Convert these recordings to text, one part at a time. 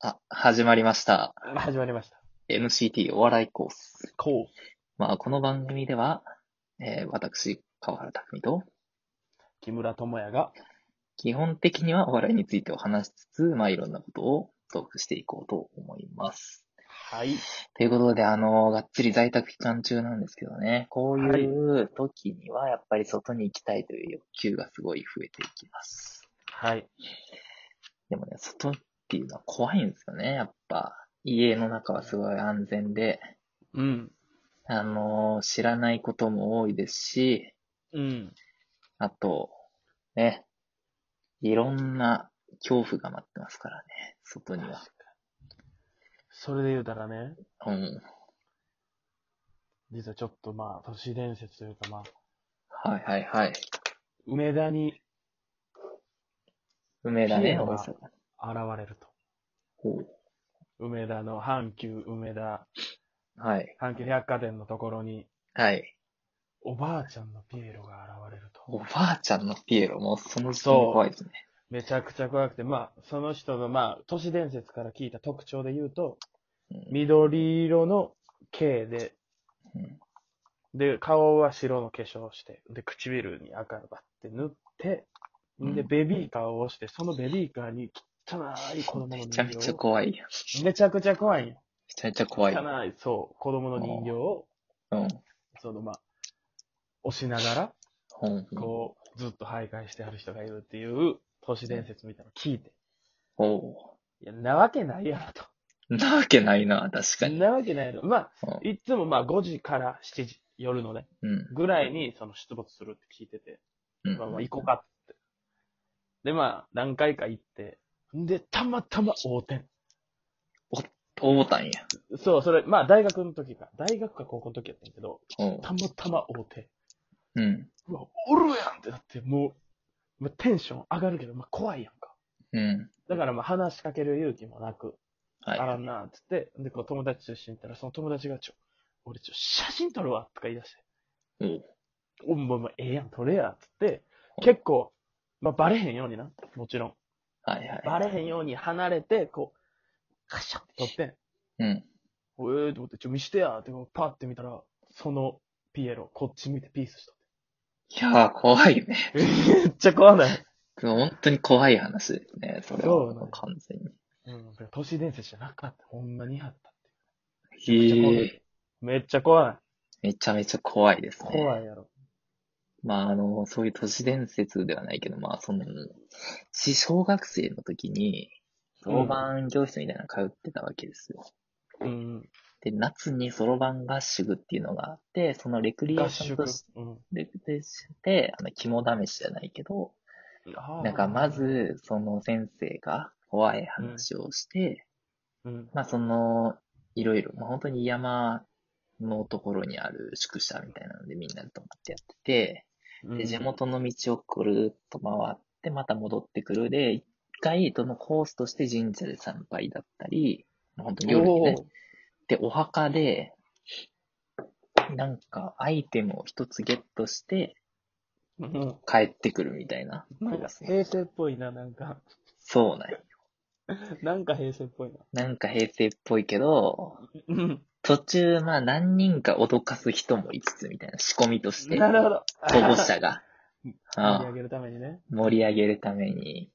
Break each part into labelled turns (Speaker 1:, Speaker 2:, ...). Speaker 1: あ、始まりました。
Speaker 2: 始まりました。
Speaker 1: NCT お笑いコース。
Speaker 2: こう、
Speaker 1: まあ、この番組では、えー私、川原拓海と、
Speaker 2: 木村智也が、
Speaker 1: 基本的にはお笑いについてお話しつつ、まあ、いろんなことをトークしていこうと思います。
Speaker 2: はい。
Speaker 1: ということで、あの、がっつり在宅期間中なんですけどね、こういう時には、やっぱり外に行きたいという欲求がすごい増えていきます。
Speaker 2: はい。
Speaker 1: でもね、外っていうのは怖いんですよね、やっぱ。家の中はすごい安全で、
Speaker 2: うん。
Speaker 1: あの、知らないことも多いですし、
Speaker 2: うん。
Speaker 1: あと、ね、いろんな恐怖が待ってますからね、外には。
Speaker 2: それで言うたらね、
Speaker 1: うん。
Speaker 2: 実はちょっとまあ、都市伝説というかまあ、
Speaker 1: はいはいはい。
Speaker 2: 梅田に
Speaker 1: 梅田
Speaker 2: 綺麗
Speaker 1: ね、
Speaker 2: な
Speaker 1: 大阪。
Speaker 2: 現れる
Speaker 1: ほう
Speaker 2: と。梅田の阪急梅田、
Speaker 1: はい。
Speaker 2: 阪急百貨店のところに、
Speaker 1: はい。
Speaker 2: おばあちゃんのピエロが現れる
Speaker 1: お
Speaker 2: と。
Speaker 1: ばあちゃんのピエロもその時点
Speaker 2: そう
Speaker 1: で怖いですね。
Speaker 2: めちゃくちゃ怖くて、まあ、その人のまあ、都市伝説から聞いた特徴で言うと、
Speaker 1: うん
Speaker 2: 緑色の毛で、
Speaker 1: うん
Speaker 2: で、顔は白の化粧をして、で、唇に赤だって塗って、
Speaker 1: うん
Speaker 2: で、ベビーカーを押して、そのベビーカーに汚い子供の
Speaker 1: め
Speaker 2: 人
Speaker 1: ちゃ
Speaker 2: 形
Speaker 1: めちゃ
Speaker 2: を
Speaker 1: 怖いやん。め
Speaker 2: めちゃくちゃ怖いんよ。
Speaker 1: ちゃめちゃ怖い。
Speaker 2: 汚い、そう、子供の人形を、
Speaker 1: うん。
Speaker 2: そのまあ、押しながら、
Speaker 1: ほん
Speaker 2: こう、ずっと徘徊してある人がいるっていう、都市伝説みたいなの聞いて。
Speaker 1: ほ
Speaker 2: いや、なわけないやろと。
Speaker 1: う。なわけないな、確かに。
Speaker 2: なわけないやろ。まあ、
Speaker 1: う
Speaker 2: いつもまあ5時から7時、夜のね、
Speaker 1: うん。
Speaker 2: ぐらいに、その出没するって聞いてて、
Speaker 1: うん
Speaker 2: まあまあ行こうかって。で、まあ、何回か行って、で、たまたま横転。
Speaker 1: 大ボタンや。
Speaker 2: そう、それ、まあ、大学の時か。大学か高校の時やったんやけど、
Speaker 1: ほ
Speaker 2: たまたま横転。
Speaker 1: う。うん。
Speaker 2: うわ、おるやんってなって、もう、まあ、テンション上がるけど、まあ、怖いやんか。
Speaker 1: うん。
Speaker 2: だから、まあ、話しかける勇気もなく、あら
Speaker 1: は
Speaker 2: んなーってって、で、こう、友達と一緒に行ったら、その友達が、ちょ、俺、ちょ、写真撮るわ、とか言い出して。
Speaker 1: い。おう
Speaker 2: おもうもうええやん、撮れや、つって
Speaker 1: う、ん
Speaker 2: 結構、まあ、バレへんようにな。もちろん。
Speaker 1: はいはい。
Speaker 2: バレへんように離れて、こう、カシャって撮ってん。
Speaker 1: うん。
Speaker 2: おえーと思って、ちょ、見してや、って、パって見たら、そのピエロ、こっち見てピースしと
Speaker 1: いやー、怖いね。
Speaker 2: って。めっちゃ怖ない。
Speaker 1: 本当に怖い話ですね、それ
Speaker 2: そ
Speaker 1: は
Speaker 2: うなんや。
Speaker 1: 完全に。
Speaker 2: うん、都市伝説じゃなかった。ほんまにあったって。
Speaker 1: へ
Speaker 2: めっちゃ怖いめっちゃ怖い。
Speaker 1: めちゃめちゃ怖いですね。
Speaker 2: 怖いやろ。
Speaker 1: まあ、あの、そういう都市伝説ではないけど、まあ、その、私、小学生の時に、そろばん教室みたいなの通ってたわけですよ。
Speaker 2: うん。
Speaker 1: で、夏にそろばん合宿っていうのがあって、そのレクリエー
Speaker 2: 合
Speaker 1: ション
Speaker 2: 宿
Speaker 1: とし。
Speaker 2: うん。
Speaker 1: レクリエーションで、あの、肝試しじゃないけど、
Speaker 2: あー
Speaker 1: なんか、ま、ず、その先生が怖い話をして、
Speaker 2: うん。
Speaker 1: まあ、その、いろいろ、まあ、本当に山のところにある宿舎みたいなので、みんなで泊まってやってて、で、地元の道をくるっと回って、また戻ってくるで、一回、どのコースとして神社で参拝だったり、まあ本当に夜にね
Speaker 2: おー、
Speaker 1: で、お墓で、なんか、アイテムを一つゲットして、
Speaker 2: うん。
Speaker 1: 帰ってくるみたいな。
Speaker 2: なんか、平成っぽいな、なんか。
Speaker 1: そうなんよ
Speaker 2: なんか平成っぽいな。
Speaker 1: なんか平成っぽいけど、
Speaker 2: うん。
Speaker 1: 途中、まあ何人か脅かす人もいつつみたいな仕込みとして、
Speaker 2: なるほど。。
Speaker 1: 保護者が
Speaker 2: 盛
Speaker 1: あ
Speaker 2: り上
Speaker 1: あ
Speaker 2: げるためにね。
Speaker 1: 盛り上げるために、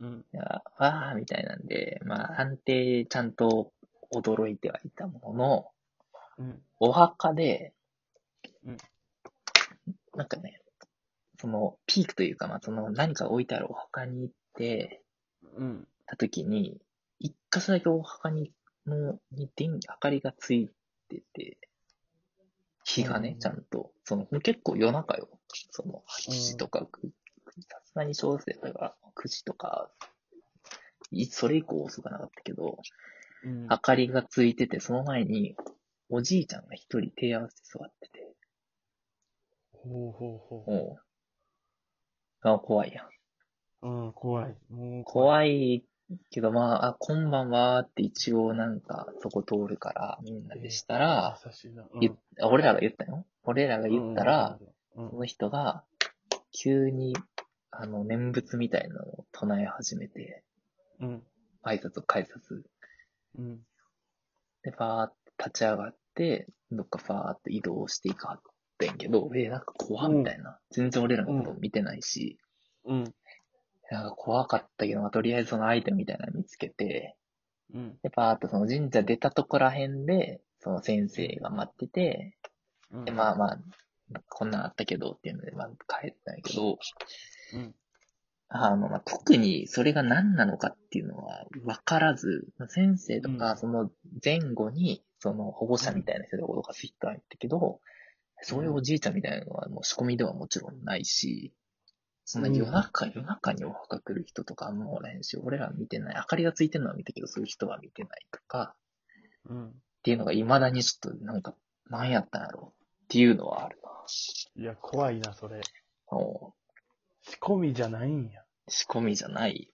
Speaker 2: うん。
Speaker 1: ああわあ、みたいなんで、まあ、判定ちゃんと驚いてはいたものの、
Speaker 2: うん。
Speaker 1: お墓で
Speaker 2: うん、
Speaker 1: なんかね、その、ピークというか、まあ、その、何か置いてあるお墓に行って
Speaker 2: うん。
Speaker 1: た時に、一箇所だけお墓に、の、に電明かりがついてて、日が
Speaker 2: う
Speaker 1: ね
Speaker 2: ん、
Speaker 1: ちゃんと、その、もう結構夜中よ。その、8時とか、くさすがに小学生だから、9時とか、いそれ以降遅くなかったけど、
Speaker 2: うん。
Speaker 1: 明かりがついてて、その前に、おじいちゃんが一人手合わせて座ってて、
Speaker 2: ほうほうほ
Speaker 1: おう。あ、怖いやん。
Speaker 2: う。うん、怖い。もうい。
Speaker 1: 怖いけど、まあ、あ、こんばんはって一応なんか、そこ通るから、みんなでしたら、
Speaker 2: 優しいな。
Speaker 1: 言っ俺らが言ったよ。俺らが言ったら、、
Speaker 2: うん
Speaker 1: そ。の人が、急に、あの、念仏みたいなのを唱え始めて、
Speaker 2: うん。
Speaker 1: 挨拶を返さず、
Speaker 2: うん。
Speaker 1: で、ファーって立ち上がって、どっかファーって移動していかはってんけど、えー、なんか怖っみたいな。全然俺らのこと見てないし、
Speaker 2: うん。
Speaker 1: なんか怖かったけど、まあとりあえずそのアイテムみたいなの見つけて、
Speaker 2: うん。
Speaker 1: で、パーッとその神社出たとこら辺で、その先生が待ってて、
Speaker 2: うん。
Speaker 1: で、まあまあ、こんなんあったけどっていうので、まあ帰ったんやけど、
Speaker 2: うん。
Speaker 1: あの、まあ、特にそれが何なのかっていうのは分からず、まあ先生と
Speaker 2: う
Speaker 1: か
Speaker 2: ん
Speaker 1: その前後に、その保護者みたいな人が脅かす人はいたけど、そういうおじいちゃんみたいなのはもう仕込みではもちろんないし、そんな夜中、夜中にお墓来る人とかあんまおらへんし、俺らは見てない。明かりがついてるのは見たけど、そういう人は見てないとか、
Speaker 2: うん。
Speaker 1: っていうのが未だにちょっとなんか、何やったんやろうっていうのはあるな。
Speaker 2: いや、怖いな、それ。
Speaker 1: も
Speaker 2: 仕込みじゃないんや。
Speaker 1: う仕込みじゃない。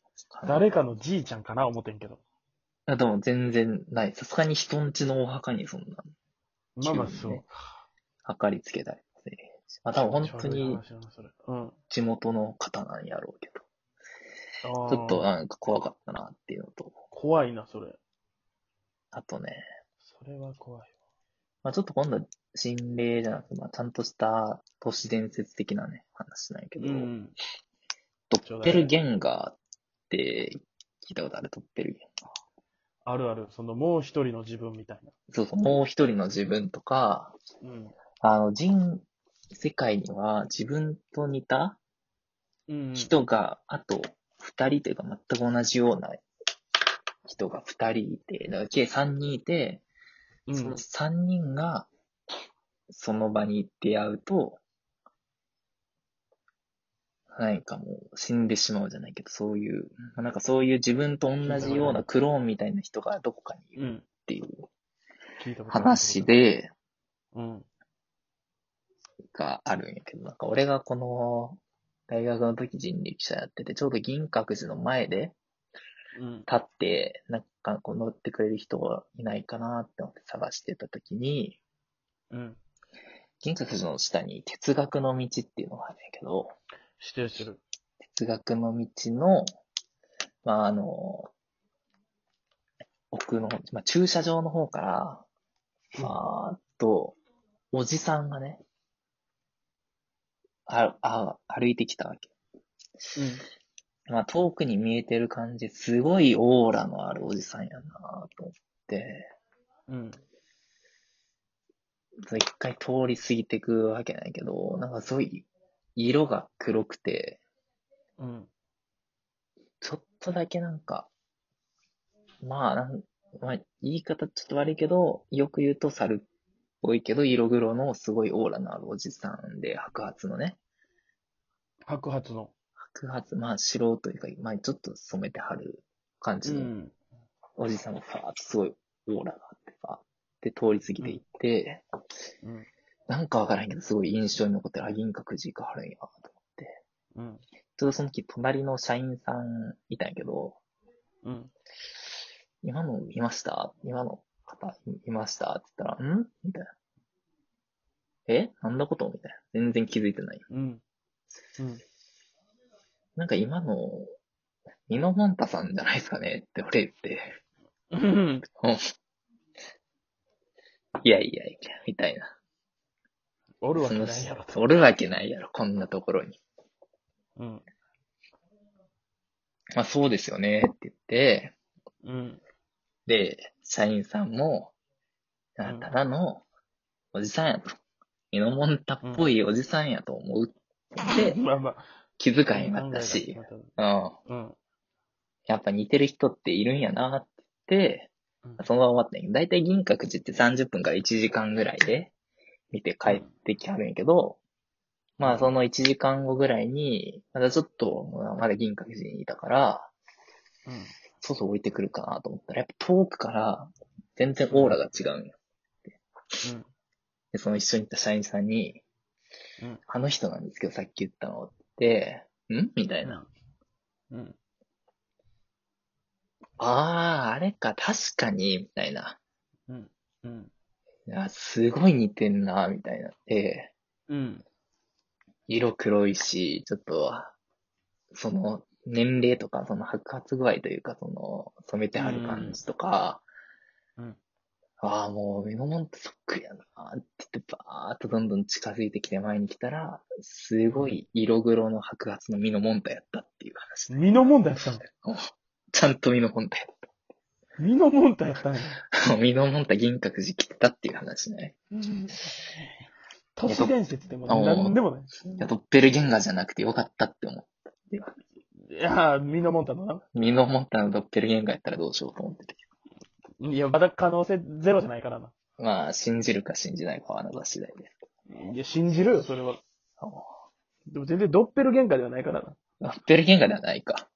Speaker 2: 誰かのじいちゃんかな、思ってんけど。
Speaker 1: あ、でも全然ない。さすがに人んちのお墓にそんな、
Speaker 2: まあまあ、
Speaker 1: 急
Speaker 2: そ
Speaker 1: に
Speaker 2: う
Speaker 1: ね。明かりつけたりもせえへんし。まあ多分本当に
Speaker 2: ちょうどいい話やなそれうん。
Speaker 1: 地元の方なんやろうけ
Speaker 2: ち
Speaker 1: ど、ちょ
Speaker 2: ょ
Speaker 1: っと。なんか怖かったなっていうのと、
Speaker 2: 怖いな、それ。
Speaker 1: あとね、
Speaker 2: それは怖い。
Speaker 1: まあちょっと今度は心霊じゃなくて、まあちゃんとした都市伝説的なね、話なんやけど、
Speaker 2: うん。
Speaker 1: ドッペルゲンガーって聞いたことあるドッペルゲンガー。
Speaker 2: あるある。その、もう一人の自分みたいな。
Speaker 1: そうそう、もう一人の自分とか、
Speaker 2: うん。
Speaker 1: あの、人、世界には自分と似た
Speaker 2: うん。
Speaker 1: 人が、あと、二人というか全く同じような人が二人いて、だから計三人いて、
Speaker 2: うん、
Speaker 1: その三人が、その場に出会うと、何かもう死んでしまうじゃないけど、そういう、なんかそういう自分と同じようなクローンみたいな人がどこかにいる
Speaker 2: うん。
Speaker 1: っていう
Speaker 2: 聞いたことある
Speaker 1: 話。で、
Speaker 2: うん。
Speaker 1: があるんやけど、なんか俺がこの大学の時人力車やってて、ちょうど銀閣寺の前で
Speaker 2: うん。
Speaker 1: 立って、なんかこう乗ってくれる人はいないかなって思って探してた時に、
Speaker 2: うん。
Speaker 1: 銀閣寺の下に哲学の道っていうのがあるんやけど、
Speaker 2: してるしてる。
Speaker 1: 哲学の道の、まああの、奥の方、まあ駐車場の方から、まあ、あと、おじさんがね、あ、あ、歩いてきたわけ。まあ、遠くに見えてる感じ、すごいオーラのあるおじさんやなと思って、
Speaker 2: うん。うん。
Speaker 1: そう一回通り過ぎてくわけないけど、なんかすごい、色が黒くて、
Speaker 2: うん。
Speaker 1: ちょっとだけなんか、まあ、なんまあ、言い方ちょっと悪いけど、よく言うと猿っぽいけど、色黒のすごいオーラのあるおじさんで、白髪のね、
Speaker 2: 白髪の。
Speaker 1: 白髪、まあ、白というか、まあ、ちょっと染めてはる感じの
Speaker 2: ん。
Speaker 1: おじさんがファーッとすごいオーラがあってファーって通り過ぎていって、
Speaker 2: うん。
Speaker 1: なんかわからへんけど、すごい印象に残ってる、あ、銀閣寺行かはるんや、と。
Speaker 2: うん。
Speaker 1: ちょうどその時、隣の社員さんいたんやけど、
Speaker 2: うん。
Speaker 1: 今の見ました今の方いましたって言ったら、んみたいな。えなんだことみたいな。全然気づいてない。
Speaker 2: うん。うん。
Speaker 1: なんか今の、ミノモンタさんじゃないですかねって俺言って、
Speaker 2: うん。
Speaker 1: うんいやいやいや、みたいな。
Speaker 2: おるわ
Speaker 1: そ
Speaker 2: け
Speaker 1: の
Speaker 2: ないやろと。
Speaker 1: おるわけないやろ、こんなところに。
Speaker 2: うん。
Speaker 1: まあそうですよね、って言って、
Speaker 2: うん。
Speaker 1: で、社員さんも、あ
Speaker 2: うん
Speaker 1: ただのおじさんやと。ミノモンタっぽいおじさんやと思うって、
Speaker 2: まあまあ。
Speaker 1: 気遣いもあったし、うん。
Speaker 2: うん。
Speaker 1: やっぱ似てる人っているんやなって言って、
Speaker 2: うん
Speaker 1: そのまま終わったんやけど、だいたい銀閣寺って30分から1時間ぐらいで見て帰ってきはるんやけど、まあその1時間後ぐらいに、まだちょっと、まあまだ銀閣寺にいたから、
Speaker 2: うん。
Speaker 1: そろそろ置いてくるかなと思ったら、やっぱ遠くから全然オーラが違うんよ。
Speaker 2: うん。
Speaker 1: で、その一緒に行った社員さんに、
Speaker 2: うん
Speaker 1: あの人なんですけどさっき言ったのって、んみたいな。
Speaker 2: うん。
Speaker 1: ああ、あれか、確かに、みたいな。
Speaker 2: うん。うん。
Speaker 1: いや、すごい似てんな、みたいになって、
Speaker 2: うん。
Speaker 1: 色黒いし、ちょっと、その、年齢とか、その白髪具合というか、その、染めてある感じとか、ああ、もう、メモモンとそっくりやなーって言って、バーっとどんどん近づいてきて前に来たら、すごい色黒の白髪のミノモンタやったっていう話ね。
Speaker 2: 身のもんだやったん
Speaker 1: ちゃんとミノモンタや っ
Speaker 2: 身のもんだやったんや。
Speaker 1: た。ミノモンタ銀閣寺来てたっていう話ね。
Speaker 2: 都市伝説でも何でもない。
Speaker 1: いや、ドッペルゲンガーじゃなくてよかったって思った。
Speaker 2: いやー、身のもんだな。
Speaker 1: ミノモンタのドッペルゲンガーやったらどうしようと思ってたけ
Speaker 2: いや、まだ可能性ゼロじゃないからな。
Speaker 1: ど。まあ、信じるか信じないかはあなた次第です。
Speaker 2: いや、信じるよ、それは。
Speaker 1: あ
Speaker 2: でも全然ドッペルゲンガーではないからな。
Speaker 1: ドッペルゲンガーではないか。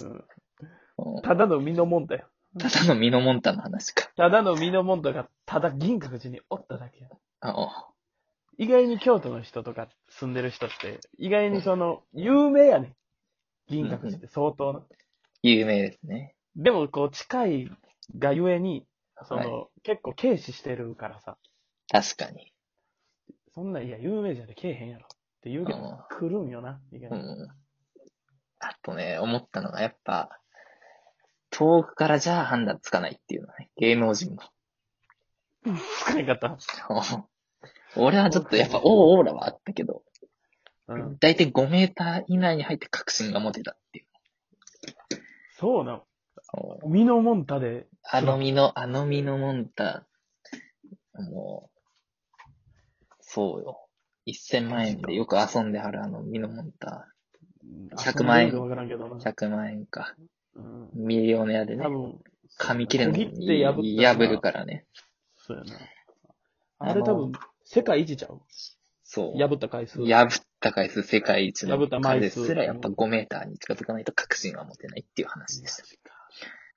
Speaker 2: うん、
Speaker 1: うん
Speaker 2: ただの身のもんだよ。
Speaker 1: ただのミノモンタの話か。
Speaker 2: ただの身のもんだが、ただ銀閣寺におっただけや。
Speaker 1: ああ
Speaker 2: 意外に京都の人とか住んでる人って、意外にその、有名やねん。銀閣寺って相当な。
Speaker 1: 有名ですね。
Speaker 2: でも、こう、近いがゆえに、その、結構軽視してるからさ、
Speaker 1: 確かに。
Speaker 2: そんな、いや、有名じゃでけえへんやろって言うけど、来るんよな、意
Speaker 1: う
Speaker 2: 外に。
Speaker 1: ん。あとね、思ったのがやっぱ、遠くからじゃあ判断つかないっていうのね。芸能人も。
Speaker 2: 使い方。
Speaker 1: 俺はちょっとやっぱ、オーオーラはあったけど、
Speaker 2: うん。
Speaker 1: だいたい5メーター以内に入って確信が持てたっていう。
Speaker 2: そうなの。身のもんたで、
Speaker 1: あの身の、あの身のもんた、もう、そうよ。1000万円でよく遊んではるあの身のもんた。100万円
Speaker 2: 遊んでるかわからんけどな。
Speaker 1: 100万円か。
Speaker 2: うん。
Speaker 1: ミリオネアでね
Speaker 2: 多。分、
Speaker 1: 紙切れの
Speaker 2: 区切って破ったら
Speaker 1: 破るからね。
Speaker 2: そうやな。あれ多分、世界一ちゃう
Speaker 1: そう。
Speaker 2: 破った回数。
Speaker 1: 破った回数世界一の
Speaker 2: 破った枚数
Speaker 1: ですらやっぱ5メーターに近づかないと確信は持てないっていう話でした。